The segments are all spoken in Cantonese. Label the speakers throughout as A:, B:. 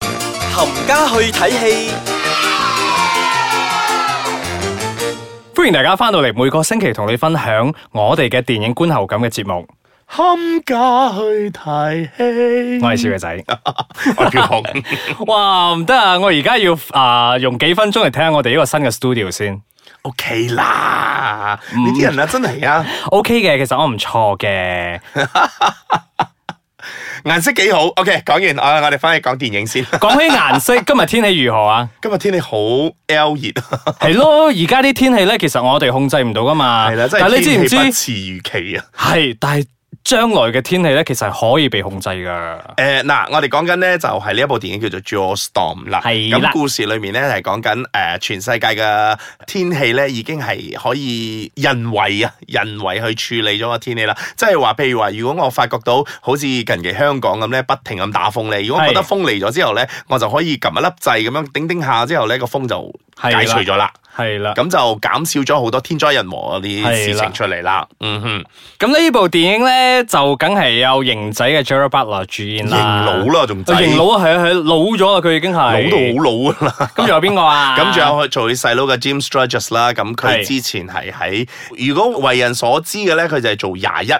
A: 冚家去睇戲。
B: 歡迎大家翻到嚟，每個星期同你分享我哋嘅電影觀後感嘅節目。
C: 冚家去睇戲。
B: 我係小嘅仔，
D: 我叫紅，嗯
B: 哇唔得啊！我而家要啊、用幾分鐘嚟睇下我哋呢個新嘅 studio 先。
D: OK 哦啦，
B: 嗯
D: 呢啲人啊真係啊，
B: OK 嘅，其實我唔錯嘅。
D: 顏色幾好。OK，講完啊，我哋翻去講電影先。
B: 講起顏色，今日天氣如何啊？
D: 今日天氣好 L 熱，啊
B: 係咯，而家啲天氣咧，其實我哋控制唔到噶嘛。
D: 係啦，真
B: 但係
D: 係
B: 你知唔
D: 天氣不
B: 知？
D: 似預期啊。
B: 係，但係將來嘅天氣咧，其實係可以被控制噶。
D: 誒嗱、我哋講緊咧就係呢一部電影叫做《Jaw Storm》啦。
B: 係啦
D: 咁故事裏面咧係講緊誒全世界嘅天氣咧已經係可以人為啊人為去處理咗個天氣啦。即係話譬如話，如果我發覺到好似近期香港咁咧，不停咁打風咧，如果我覺得
B: 係
D: 風嚟咗之後咧，我就可以撳一粒掣咁樣頂頂下之後咧，個風就
B: 係啦
D: 解
B: 啊
D: 除咗啦。
B: 係啦。
D: 咁就減少咗好多天災人禍嗰啲事
B: 係啦
D: 情出嚟啦。嗯哼，
B: 咁呢部電影咧就梗係有型仔嘅 Gerard Butler 主演
D: 型
B: 啦。
D: 佬啦，仲仔
B: 型佬啊，係啊，係啊老咗啊，佢已經係
D: 老到好老啊啦。
B: 咁仲有邊個啊？
D: 咁仲有佢做佢細佬嘅 James Sturges 啦，咁佢
B: 係
D: 之前係喺如果為人所知嘅咧，佢就係做廿一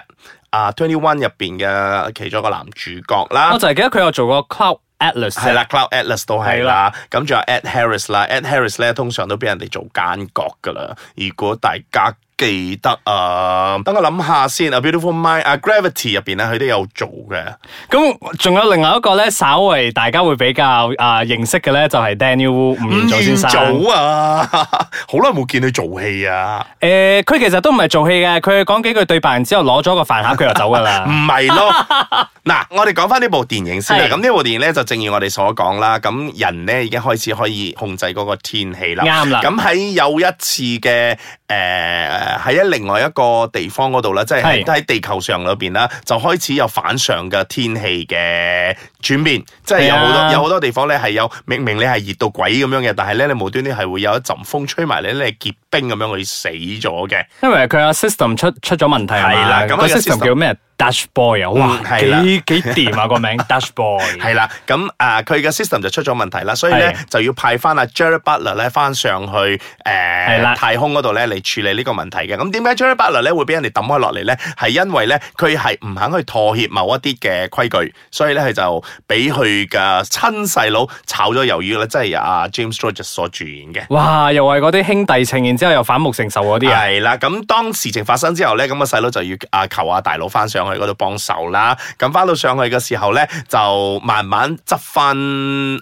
D: 啊 Twenty One 入邊嘅其中一個男主角啦
B: 我。就係記得佢有做過 Cloud Atlas。
D: 係啦。，Cloud Atlas 都係
B: 係
D: 啦
B: 啦，
D: 咁仲有 Ed Harris 啦，Ed Harris 咧通常都俾人哋做奸角噶啦。如果大家記得啊，等我諗下先啊，Beautiful Mind 啊，Gravity 入邊咧，佢都有做嘅。
B: 咁仲有另外一個咧，稍為大家會比較啊認識嘅咧，就係 Daniel Wu 吳彥祖先生。
D: 吳彥祖啊， 好耐冇見佢做戲啊！
B: 誒，佢其實都唔係做戲嘅，佢講幾句對白，然之後攞咗個飯盒，佢就走㗎
D: 唔
B: 啦。
D: 係咯，嗱，我哋講翻呢部電影先啦。
B: 係
D: 咁呢部電影咧就正如我哋所講啦，咁人咧已經開始可以控制嗰個天氣啦。
B: 啱啦
D: 咁喺有一次嘅誒喺另外一個地方嗰度啦，即係喺
B: 係
D: 喺地球上裏邊啦，就開始有反常嘅天氣嘅轉變，即係有好
B: 係
D: 多
B: 啊
D: 有好多地方咧係有明明你係熱到鬼咁樣嘅，但係咧你無端端係會有一陣風吹埋你，你係結冰咁樣去死咗嘅。
B: 因為佢個 system 出出咗問題啊嘛
D: 係啦咁佢
B: 個
D: 個
B: system
D: system
B: 叫咩？Dash Boy 啊，
D: 嗯
B: 哇，
D: 係啦
B: 幾幾掂啊個名 Dash Boy。
D: 係啦，咁啊佢嘅 system 就出咗問題啦，所以咧
B: 係
D: 就要派翻阿 Jared Butler 咧翻上去誒、
B: 係啦
D: 太空嗰度咧嚟處理呢個問題嘅。咁點解 Jared Butler 咧會俾人哋抌開落嚟咧？係因為咧佢係唔肯去妥協某一啲嘅規矩，所以咧佢就俾佢嘅親細佬炒咗魷魚啦，即係阿 James George 所主演嘅。
B: 哇，又係嗰啲兄弟情，然之後又反目成仇嗰啲啊。
D: 係啦，咁當事情發生之後咧，咁個細佬就要啊求阿大佬翻上去嗰度幫手啦。咁翻到上去嘅時候咧，就慢慢執翻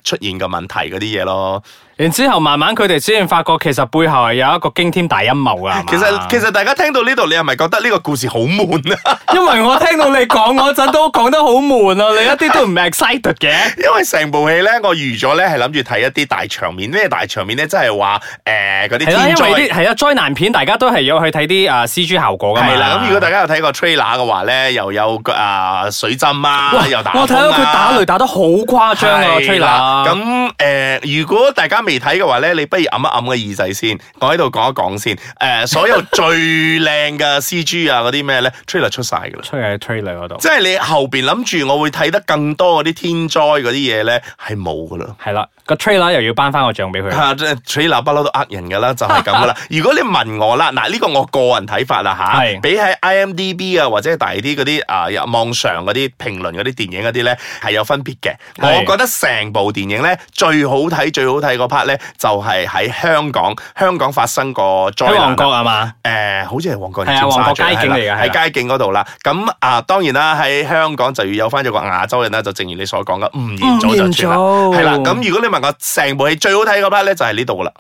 D: 出現嘅問題嗰啲嘢咯。
B: 然之後慢慢佢哋先發覺，其實背後係有一個驚天大陰謀啊。係嘛
D: 其實其實大家聽到呢度，你係咪覺得呢個故事好悶啊？
B: 因為我聽到你講嗰陣都講得好悶啊，你一啲都唔 excited 嘅。
D: 因為成部戲咧，我預咗咧係諗住睇一啲大場面，咩大場面咧，即係話誒嗰啲
B: 係啦，因
D: 天
B: 為啲
D: 災。
B: 係啊災難片，大家都係有去睇啲啊 C G 效果噶嘛。
D: 係啦，咁如果大家有睇過 trailer 嘅話咧，又有啊、水浸啊，
B: 哇
D: 又打
B: 我睇到
D: 風
B: 佢
D: 啊
B: 打雷打得好誇張啊
D: 係
B: trailer。
D: 啦咁诶，誒如果大家未睇嘅話咧，你不如揞一揞個耳仔先，我喺度講一講先。诶，所有最靚嘅 C G 啊，嗰啲咩咧，trailer 出晒噶啦。
B: 吹喺 trailer 嗰度。
D: 即係你後边諗住我會睇得更多嗰啲天災嗰啲嘢咧，係冇噶啦。
B: 係啦，個 trailer 又要頒翻個獎俾佢。
D: 啊，即係 trailer 不嬲都呃人㗎啦，就係咁㗎啦。 如果你問我啦，嗱呢個我個人睇法啦吓，
B: 係
D: 比喺 IMDB 啊或者係大啲嗰啲啊有網上嗰啲評論嗰啲電影嗰啲咧係有分別嘅。
B: 係
D: 我覺得成部電影咧最好睇最好睇嗰 part 咧就係喺香港，香港發生過災
B: 喺
D: 難啊
B: 旺角係嘛？
D: 誒、好似係旺角定
B: 係啊
D: 尖沙咀
B: 旺角街景嚟㗎
D: 係啦
B: 係啦
D: 喺街景嗰度啦。咁啊，當然啦，喺香港就要有翻咗個亞洲人啦，就正如你所講嘅，吳彥祖嗯就算啦，
B: 吳彥祖
D: 係啦。咁如果你問我成部戲最好睇嗰 part 咧，就係呢度啦。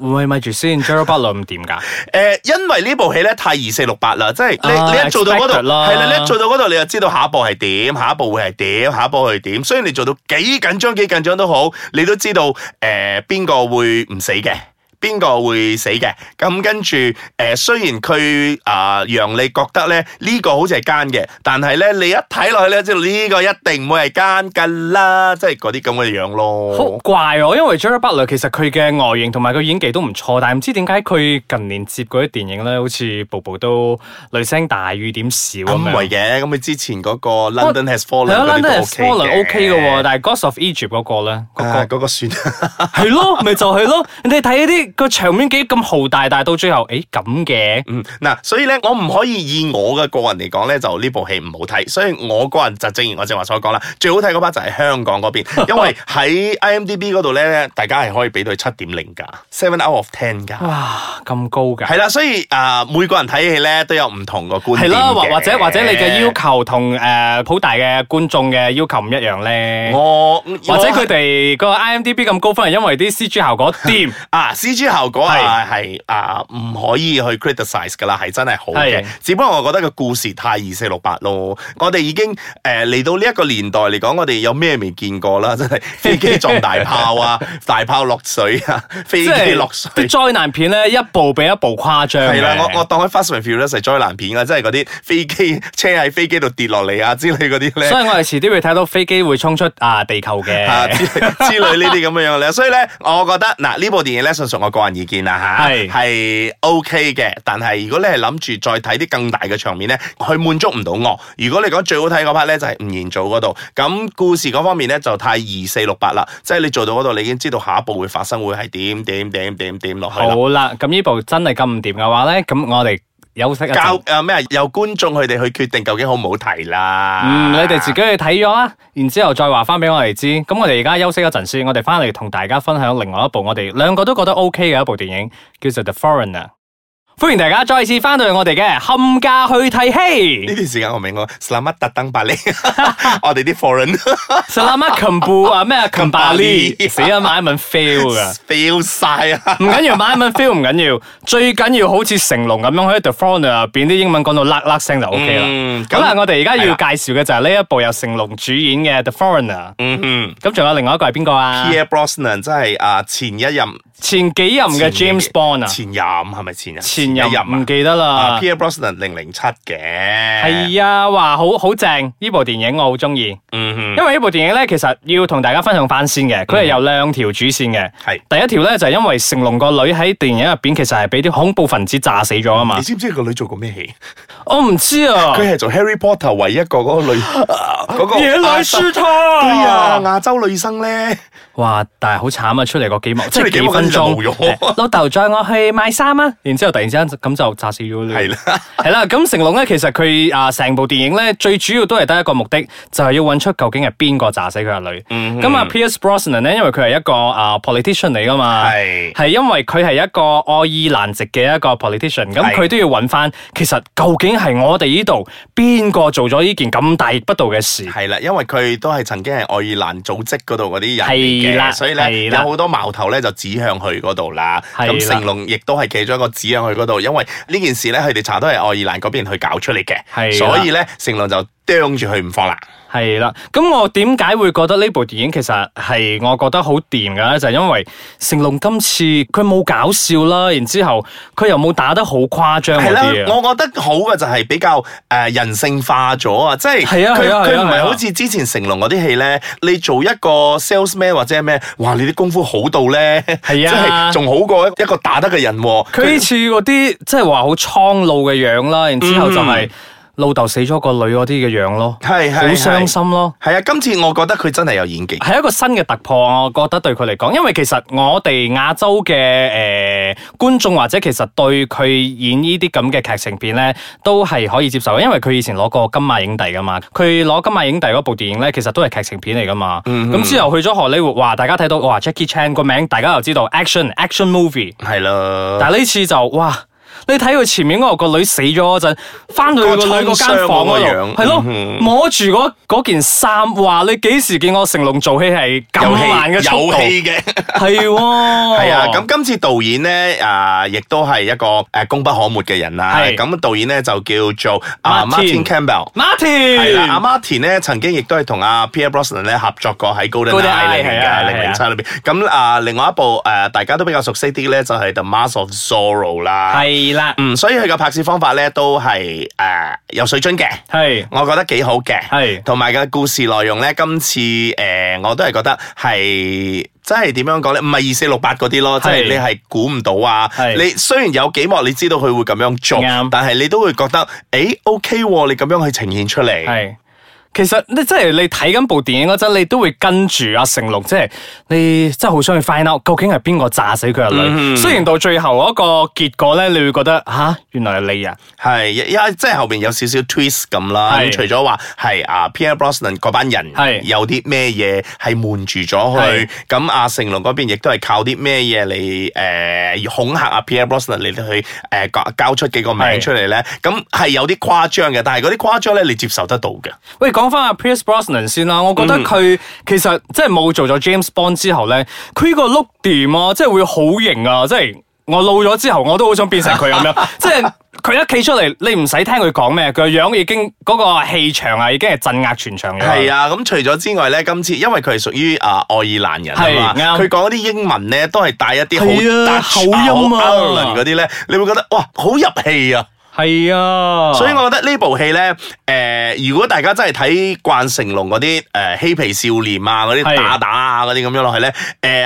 B: 喂，咪住先 j e r a b u t l e r 唔掂㗎。
D: 誒、因為呢部戲咧太二四六八啦，即係你、
B: 啊
D: 你一做到嗰度，
B: expected 啦
D: 係啦，你一做到嗰度，你就知道下一步係點，下一步會係點，下一步係點。雖然你做到幾緊張幾緊張都好，你都知道誒邊個會唔死嘅。邊個會死嘅。咁跟住誒、呃，雖然佢啊、讓你覺得咧呢、個好似係奸嘅，但係咧你一睇落去咧，知道呢個一定唔會係奸㗎啦，即係嗰啲咁嘅樣咯。
B: 好怪喎，因為 Gerard Butler 其實佢嘅外形同埋佢演技都唔錯，但係唔知點解佢近年接嗰啲電影咧，好似步步都雷聲大雨點小咁
D: 咁唔係嘅，
B: 樣。
D: 咁佢之前嗰個 London Has
B: 啊係
D: Fallen
B: 啊
D: 嗰啲都
B: London
D: OK 嘅
B: Fallen OK 嘅喎，但係 Gods of Egypt 嗰個咧，嗰
D: 啊
B: 個
D: 嗰個算
B: 係咯，咪就係咯。你睇啲個場面幾咁浩大，但係到最後，誒咁嘅，
D: 嗯嗱，所以咧，我唔可以以我嘅個人嚟講咧，就呢部戲唔好睇。所以我個人就正如我正話所講啦， 最好睇嗰班就係香港嗰 邊，因為喺 IMDB 嗰度咧，大家係可以俾到七點零㗎，seven out of ten
B: 嗯
D: 㗎。
B: 哇咁高㗎。
D: 係啦，所以啊、每個人睇戲咧都有唔同個觀
B: 係
D: 點
B: 啦，或
D: 嘅
B: 或者或者你嘅要，求同诶好大嘅觀眾嘅要求唔一樣咧，
D: 我
B: 或者
D: 我
B: 佢哋個 IMDB 咁高分係因為啲 CG 效果掂。
D: 啊，CG 效果啊係啊唔可以去 criticise 㗎啦，係真係好嘅
B: 係。
D: 只不過我覺得個故事太二四六八咯。我哋已經誒嚟、到呢一個年代嚟講，我哋有咩未見過啦？ 真係飛機撞大炮啊， 大炮落水啊，飛
B: 即
D: 機
B: 係
D: 落水。
B: 啲災難片咧，一步比一步誇張嘅。
D: 係啦，我我當喺 Fast and Furious 係災難片啊，即係嗰啲飛機車喺飛機度跌落嚟啊之類嗰啲咧。
B: 所以我哋遲啲會睇到飛機會衝出啊地球 嘅。
D: 啊之類之類呢啲咁樣樣咧，所以咧，我覺得嗱呢部電影咧，純屬我個人意見啦吓，
B: 係
D: 係 OK 嘅。但係如果你係諗住再睇啲更大嘅場面咧，佢滿足唔到我。如果你講最好睇嗰 part 咧，就係吳彥祖嗰度。咁故事嗰方面咧就太二四六八啦，即係你做到嗰度，你已經知道下一步會發生會係點點點點點落去啦。
B: 好啦，咁呢部真係咁唔掂嘅話咧，咁我哋休息一
D: 交
B: 陣。
D: 誒咩啊？由觀眾佢哋去決定究竟好唔好睇啦。
B: 嗯，你哋自己去睇咗啦，然之後再話翻俾我哋知。咁我哋而家休息一陣先，我哋翻嚟同大家分享另外一部我哋兩個都覺得 OK 嘅一部電影，叫做《The Foreigner》。歡迎大家再次翻到嚟我哋嘅冚家去 睇
D: 呢
B: 戲。
D: 段時間我明我 s l a m 特登白你，我哋啲 foreign。
B: Selamat k e m b u 啊咩 k e m b a l i
D: Kembali
B: 死啦，買文 fail 噶。
D: fail 晒啊！
B: 唔緊要，買英文 feel 唔緊要， 最緊要好似成龍咁樣喺 The Foreigner 入邊啲英文講到啦啦聲就 OK 啦。
D: 嗯
B: 咁啊，我哋而家要
D: 係
B: 介
D: 啦
B: 紹嘅就係呢一部由成龍主演嘅 The Foreigner。
D: 嗯
B: 咁仲有另外一個係邊個啊
D: 哼 Pierre Brosnan 真係啊前一任
B: 前幾任嘅 James Bond 啊，
D: 前任係咪前任？
B: 前
D: 一
B: 任
D: 啊
B: 唔記得
D: 啊
B: 啦。
D: Pierre Brosnan 零零七嘅，
B: 係啊，哇，好好正！呢部電影我好中意，
D: 嗯
B: 因為呢部電影咧，其實要同大家分享翻先嘅，佢係有兩條主線嘅。
D: 哼係。
B: 第一條咧就係因為成龍個女喺電影入邊其實係俾啲恐怖分子炸死咗啊嘛
D: 你，知唔知個女做過咩戲？
B: 我唔知啊。
D: 佢係做 Harry Potter 唯一一個嗰個 女嗰個
B: 原來是他。
D: 對啊，亞洲女生咧，
B: 哇！但係好慘啊，出嚟個幾幕，即
D: 出
B: 係
D: 嚟幾
B: 幾
D: 幕
B: 分
D: 跟
B: 鐘
D: 住就冇咗。
B: 老豆載我去買衫啊，然之後突然之間咁就炸死咗你。
D: 係啦，
B: 係啦。咁成龍咧，其實佢啊成部電影咧，最主要都係得一個目的，就係要揾出究竟係邊個炸死佢阿女。
D: 嗯
B: 咁啊，Pierce Brosnan 咧，因為佢係一個啊 politician 嚟噶嘛，
D: 係
B: 係因為佢係一個愛爾蘭籍嘅一個 politician，咁
D: 係
B: 佢都要揾翻，其實究竟係我哋呢度邊個做咗呢件咁大逆不道嘅事？
D: 係啦，因為佢都係曾經係愛爾蘭組織嗰度嗰啲人嚟
B: 係啦
D: 嘅，所以咧
B: 係
D: 有
B: 啦
D: 好多矛頭咧就指向佢嗰度啦。
B: 係
D: 咁
B: 啦
D: 成龍亦都係其中一個指向佢嗰度，因為呢件事咧佢哋查都係愛爾蘭嗰邊去搞出嚟嘅，
B: 係啦
D: 所以咧成龍就啄住佢唔放啦。
B: 係啦，咁我點解會覺得呢部電影其實係我覺得好掂嘅咧？就係因為成龍今次佢冇搞笑啦，然之後佢又冇打得好誇張
D: 係
B: 嗰
D: 啦，
B: 啲啊。
D: 我覺得好嘅就係比較誒人性化咗啊，即係
B: 係啊
D: 佢
B: 係啊
D: 佢
B: 係啊
D: 唔係
B: 係啊
D: 好似之前成龍嗰啲戲咧，你做一個 salesman 或者係咩，哇！你啲功夫好到咧，即
B: 係啊
D: 係仲好過一個打得嘅人喎。
B: 佢呢次嗰啲即係話好蒼老嘅樣啦，然之後就係老豆死咗個女嗰啲嘅樣咯，
D: 係係
B: 好傷
D: 係
B: 心咯。
D: 係啊，今次我覺得佢真係有演技。
B: 係一個新嘅突破，我覺得對佢嚟講，因為其實我哋亞洲嘅誒、呃、觀眾或者其實對佢演呢啲咁嘅劇情片咧，都係可以接受嘅，因為佢以前攞過金馬影帝噶嘛，佢攞金馬影帝嗰部電影咧，其實都係劇情片嚟噶嘛。咁、之後去咗荷里活，哇！大家睇到哇 Jackie Chan 個名，大家又知道 action action movie，
D: 係啦，
B: 但係呢次就哇你睇佢前面嗰個個女死咗嗰陣，翻到去個女嗰間房嗰
D: 個樣
B: 度，係咯，
D: 嗯
B: 摸住嗰嗰件衫，話你幾時見我成龍做戲係咁
D: 有戲
B: 慢嘅哦速
D: 有
B: 度？
D: 戲嘅。
B: 係 喎，
D: 系啊，咁今次導演咧啊，亦都係一個诶功不可沒嘅人啦。
B: 係
D: 咁導演咧就叫做啊 Martin
B: Martin
D: Campbell。
B: Martin
D: 係啦，阿啊 Martin 咧曾經亦都係同阿 Pierre Brosnan 咧合作過喺 Golden
B: Golden
D: Eye 裏
B: Eye，
D: 面
B: 係啊
D: 嘅零
B: 係啊
D: 零七裏邊。咁啊，另外一部誒大家都比較熟悉啲咧，就係 The Mask of Zorro 啦。
B: 係啦，
D: 嗯，所以佢嘅拍攝方法咧都係誒有水準嘅。
B: 係
D: 我覺得幾好嘅，
B: 係
D: 同埋嘅故事內容咧，今次誒、呃我都係覺得係。真係點樣講咧？唔係二四六八嗰啲咯，即係
B: 係
D: 你係估唔到啊！
B: 係
D: 你雖然有幾幕你知道佢會咁樣做
B: 啱，
D: 但係你都會覺得，誒 OK 喎，你咁樣去呈現出嚟，
B: 係。其實你即係你睇緊部電影嗰陣，你都會跟住阿成龍，即係你真係好想去 find out 究竟係邊個炸死佢阿女。
D: 嗯
B: 雖然到最後嗰個結果咧，你會覺得吓、原來係你啊，
D: 係一一即係後邊有少少 twist 咁啦。
B: 係
D: 咁除咗話係啊 Pierre Brosnan 嗰班人
B: 係
D: 有啲咩嘢係瞞住咗
B: 係
D: 佢，咁阿成龍嗰邊亦都係靠啲咩嘢嚟誒恐嚇阿 Pierre Brosnan 嚟到去誒交交出幾個
B: 係
D: 名出嚟咧？咁係有啲誇張嘅，但係嗰啲誇張咧，你接受得到嘅。
B: 喂，講翻阿 Pierce Brosnan 先啦，我覺
D: 嗯
B: 得佢其實即係冇做咗 James Bond 之後咧，佢個 look 掂啊，即係會好型啊，即係我老咗之後，我都好想變成佢咁 樣，即係。佢一企出嚟，你唔使聽佢講咩，佢個樣已經嗰、個氣場啊，已經係鎮壓全場嘅。
D: 係啊，咁除咗之外咧，今次因為佢係屬於啊愛爾蘭人啊
B: 係
D: 嘛，
B: 啱
D: 佢講嗰啲英文咧都係帶一啲
B: 係啊
D: 好
B: 口音啊
D: 嗰啲咧，你會覺得哇好入戲啊！
B: 係啊，
D: 所以我覺得呢部戲咧，誒、如果大家真係睇慣成龍嗰啲誒嬉皮少年啊，嗰
B: 係
D: 啲打打啊嗰啲咁樣落去咧，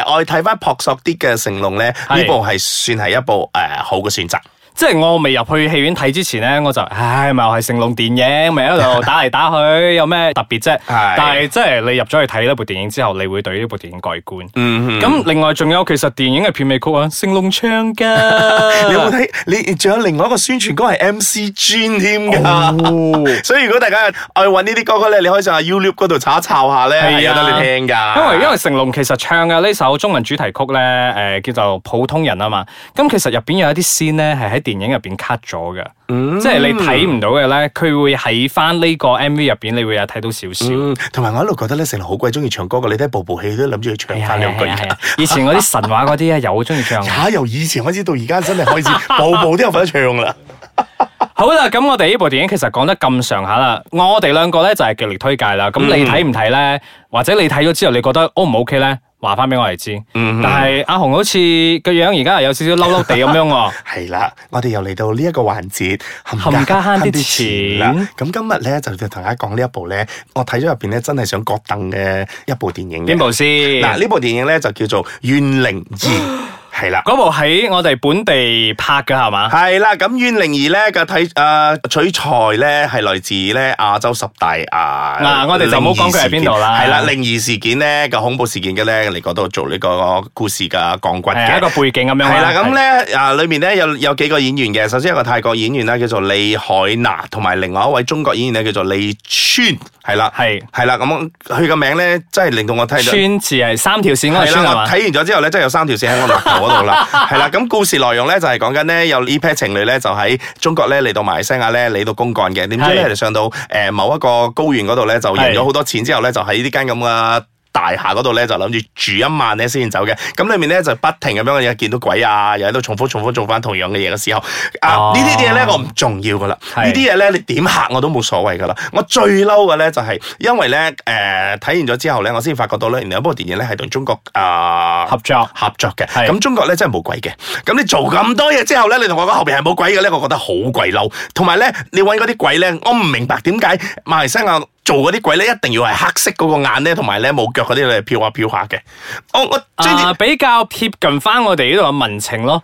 D: 誒、我睇翻朴索啲嘅成龍咧，
B: 係啊
D: 呢部係算係一部誒、好嘅選擇。
B: 即係我未入去戲院睇之前咧，我就唉，咪又係成龍電影，咪喺 度打嚟打去，有咩特別啫？但係即係你入咗去睇呢部電影之後，你會對呢部電影改觀。
D: 嗯
B: 咁、另外仲有，其實電影嘅片尾曲啊，成龍唱噶。
D: 你有冇啊睇？你仲有另外一個宣傳歌係 MC Jin 添㗎。
B: 哦
D: 所以如果大家愛揾呢啲歌曲咧，你可以上下 YouTube 嗰度查一查下咧，
B: 係啊
D: 係有得你聽㗎。
B: 因為因為成龍其實唱嘅呢首中文主題曲咧，誒、叫做普通人啊嘛。咁其實入邊有一啲先咧係喺電影入邊 cut 咗嘅，
D: 嗯
B: 即係你睇唔到嘅咧，佢會喺翻呢個 MV 入邊，你會有睇到少少。
D: 嗯，同埋我一路覺得咧，成龍好鬼中意唱歌㗎，你睇部部戲都諗住佢唱翻兩句
B: 係啊。係啊係啊以前嗰啲神話嗰啲啊，有中意唱。
D: 吓、由以前開始到而家，真係開始步步都有份唱 啦。
B: 好啦，咁我哋呢部電影其實講得咁上下啦，我哋兩個咧就係極力推介啦。咁你睇唔睇咧？或者你睇咗之後，你覺得 O 唔 OK 咧？話翻俾我哋知。但係阿紅好似個樣而家係有少少嬲嬲地咁樣喎。
D: 係啦，我哋又嚟到呢一個環節，
B: 冚家慳啲錢
D: 啦。咁今日咧就同大家講呢一部咧，我睇咗入邊咧真係想割凳嘅一部電影嘅。
B: 邊部先？
D: 嗱，呢部電影咧就叫做《怨靈 二》，係啦。
B: 嗰部喺我哋本地拍嘅係啊嘛？
D: 係啦，咁《怨靈二》咧嘅睇誒取材咧係來自咧亞洲十大啊
B: 嗱我哋就唔好講佢係邊度啦
D: 係啦，靈異事件咧嘅恐怖事件嘅咧嚟嗰度做呢個故事嘅鋼骨
B: 係啊
D: 嘅
B: 一個。背景咁樣
D: 係啦，咁咧啊，裏面咧有有幾個演員嘅，首先有個泰國演員啦，叫做李海娜，同埋另外一位中國演員咧叫做李川，係啦，
B: 係
D: 係啦，咁佢個名咧真係令到我睇到。
B: 穿字係三條線嗰個
D: 係
B: 穿
D: 啦，
B: 係
D: 我
B: 嘛？
D: 睇完咗之後咧，真係有三條線喺我額頭嗰度 啦。係啦，咁故事內容咧就係講緊咧有呢 pair 情侶咧就喺中國咧嚟到馬來西亞咧嚟到公幹嘅，點知咧
B: 係
D: 佢哋上到誒某一個高原嗰度咧就贏
B: 係
D: 咗好多錢之後咧就喺呢間咁嘅。大廈嗰度咧就諗住住一晚咧先走嘅，咁裏面咧就不停咁樣有見到鬼啊，又喺度重複重複做翻同樣嘅嘢嘅時候，
B: 哦
D: 啊呢啲嘢咧我唔重要噶啦，
B: 係
D: 呢啲嘢咧你點嚇我都冇所謂噶啦。我最嬲嘅咧就係因為咧誒睇完咗之後咧，我先發覺到咧原來有部電影咧係同中國啊、
B: 合作
D: 合作嘅，
B: 係
D: 咁中國咧真係冇鬼嘅。咁你做咁多嘢之後咧，你同我講後邊係冇鬼嘅咧，我覺得好鬼嬲。同埋咧，你揾嗰啲鬼咧，我唔明白點解馬來西亞做嗰啲鬼咧，一定要係黑色嗰個眼咧，同埋咧冇腳嗰啲嚟飄下飄下嘅。我我將啲
B: 啊，比較貼近翻我哋呢度嘅民情咯。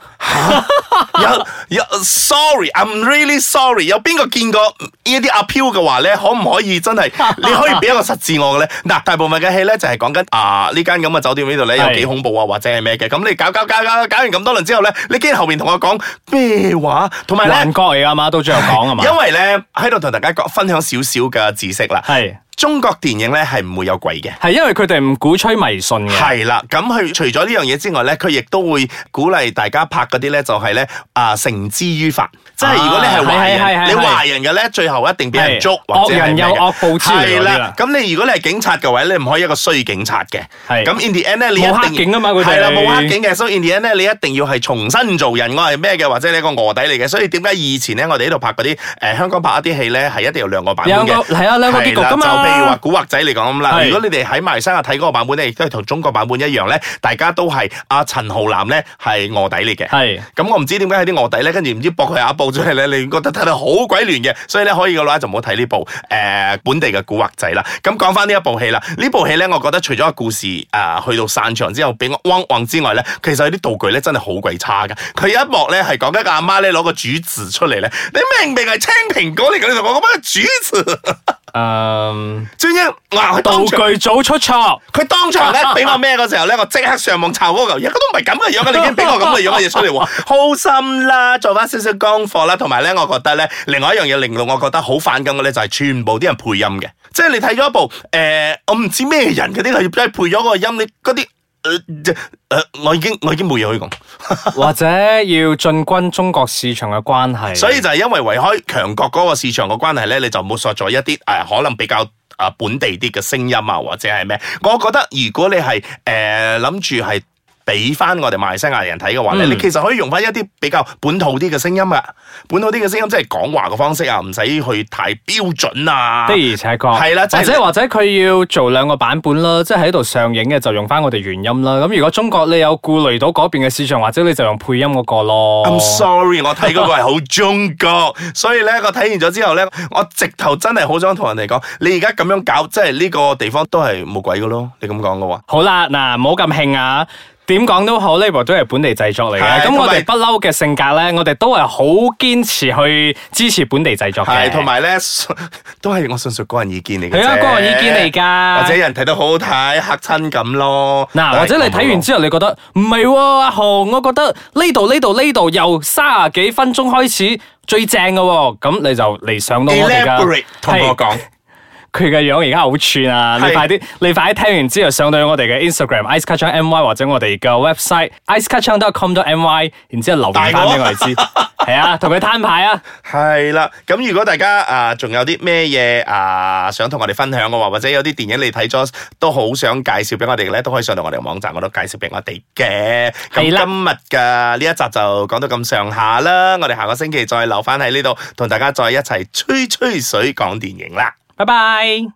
D: 有 有，sorry，I'm really sorry。有邊個見過呢啲阿飄嘅話咧？可唔可以真 係你可以俾一個實字我嘅咧？嗱，大部分嘅戲咧就係講緊啊呢間咁嘅酒店呢度咧
B: 係
D: 有幾恐怖啊，或者係咩嘅？咁你搞搞搞搞搞完咁多輪之後咧，你竟然後面同我講咩話？同埋
B: 幻
D: 咧，
B: 覺嚟㗎嘛，到最後講係嘛？
D: 因為咧喺度同大家講分享少少嘅知識啦。
B: 係
D: 中國電影咧係唔會有鬼嘅。
B: 係因為佢哋唔鼓吹迷信嘅，
D: 係啦，咁佢除咗呢樣嘢之外咧，佢亦都會鼓勵大家拍嗰啲咧，就係咧啊，繩之於法，即係如果你係壞
B: 啊係係係
D: 人，
B: 係
D: 你壞人嘅咧，最後一定俾人
B: 係
D: 捉，或者係
B: 惡人
D: 咩
B: 有
D: 嘅
B: 惡報之類
D: 係
B: 嗰啲啦
D: 啦，咁你如果你係警察嘅話，你唔可以一個衰警察嘅。
B: 係
D: 咁 in the end 咧，你一定
B: 冇黑警啊嘛佢哋
D: 係啦，冇黑警嘅，所以 in the end 咧，你一定要係重新做人，我係咩嘅，或者你一個卧底嚟嘅。所以點解以前咧，我哋喺度拍嗰啲誒香港拍一啲戲咧，係一定有兩個版本
B: 有個
D: 嘅。
B: 係啊兩個結局噶
D: 係啦就譬如話
B: 嘛，
D: 古惑仔嚟講咁啦，
B: 係
D: 如果你哋喺馬來西亞睇嗰個版本咧，亦都係同中國版本一樣咧，大家都係阿陳浩南咧係卧底嚟嘅。
B: 係
D: 咁我唔知點解喺啲卧底咧，跟住唔知搏佢阿布出嚟咧，你覺得睇到好鬼亂嘅，所以咧可以嘅話就唔好睇呢部誒、呃本地嘅古惑仔啦。咁講翻呢一部戲啦，呢部戲咧，我覺得除咗個故事啊、去到散場之後俾我汪汪之外咧，其實有啲道具咧真係好鬼差㗎。佢有一幕咧係講緊個阿媽咧攞個主子出嚟咧，你明明啊係青蘋果嚟嘅，你同我講乜主子？
B: 嗯
D: 專英嗱，佢
B: 道
D: 當場
B: 具組出錯，
D: 佢當場咧俾我咩嗰時候咧，我即刻上網查嗰個嘢，佢都唔係咁嘅樣嘅，你已經俾我咁嘅樣嘅嘢出嚟喎，好心啦，做翻少少功課啦，同埋咧，我覺得咧，另外一樣嘢令到我覺得好反感嘅咧，就係全部啲人配音嘅，即係你睇咗一部誒、呃我唔知咩人嗰啲佢真係配咗個音，你嗰啲。誒、呃我已經我已經冇嘢可以講，
B: 或者要進軍中國市場嘅關係，
D: 所以就係因為圍開強國嗰個市場嘅關係咧，你就冇索咗一啲誒、呃可能比較啊、呃本地啲嘅聲音啊，或者係咩？我覺得如果你係誒諗住係俾翻我哋馬來西亞人睇嘅話咧，
B: 嗯
D: 你其實可以用翻一啲比較本土啲嘅聲音啊，本土啲嘅聲音即係講話嘅方式啊，唔使去太標準啊
B: 的。而且確
D: 係啦即係
B: 或者或者佢要做兩個版本啦，即係喺度上映嘅就用翻我哋原音啦。咁如果中國你有顧慮到嗰邊嘅市場，或者你就用配音嗰個咯。
D: I'm sorry，我睇嗰個係好中國， 所以咧我睇完咗之後咧，我直頭真係好想同人哋講，你而家咁樣搞，即係呢個地方都係冇鬼嘅咯。你咁講嘅話。
B: 好啦，嗱，唔好咁興啊！點講都好，呢部都係本地製作嚟嘅。
D: 係
B: 咁我哋不
D: 同
B: 嬲嘅性格咧，我哋都係好堅持去支持本地製作嘅。
D: 系，同埋咧， 都係我純屬個人意見嚟嘅啫。
B: 係啊個人意見嚟㗎
D: 或者有人睇得好好睇，嚇親咁咯。
B: 嗱，或者你睇完之後，你覺得唔係喎，阿豪，我覺得呢度呢度呢度由三十幾分鐘開始最正嘅喎，咁你就嚟上到我哋噶。
D: ，elaborate 同我講，
B: 佢嘅樣而家好串啊！
D: 係
B: 你快啲，你快啲聽完之後上到我哋嘅 Instagram i c e c a t c h n g my 或者我哋嘅 website i c e c a t c h n g c o m my，然之後留言翻
D: 大我
B: 俾我哋知，係啊，同佢攤牌啊！
D: 係啦。咁如果大家啊，仲有啲咩嘢啊，想同我哋分享嘅話，或者有啲電影你睇咗都好想介紹俾我哋嘅咧，都可以上到我哋嘅網站嗰度介紹俾我哋嘅。咁今
B: 係啦
D: 日嘅呢一集就講到咁上下啦。我哋下個星期再留翻喺呢度，同大家再一齊吹吹水講電影啦。
B: 拜拜。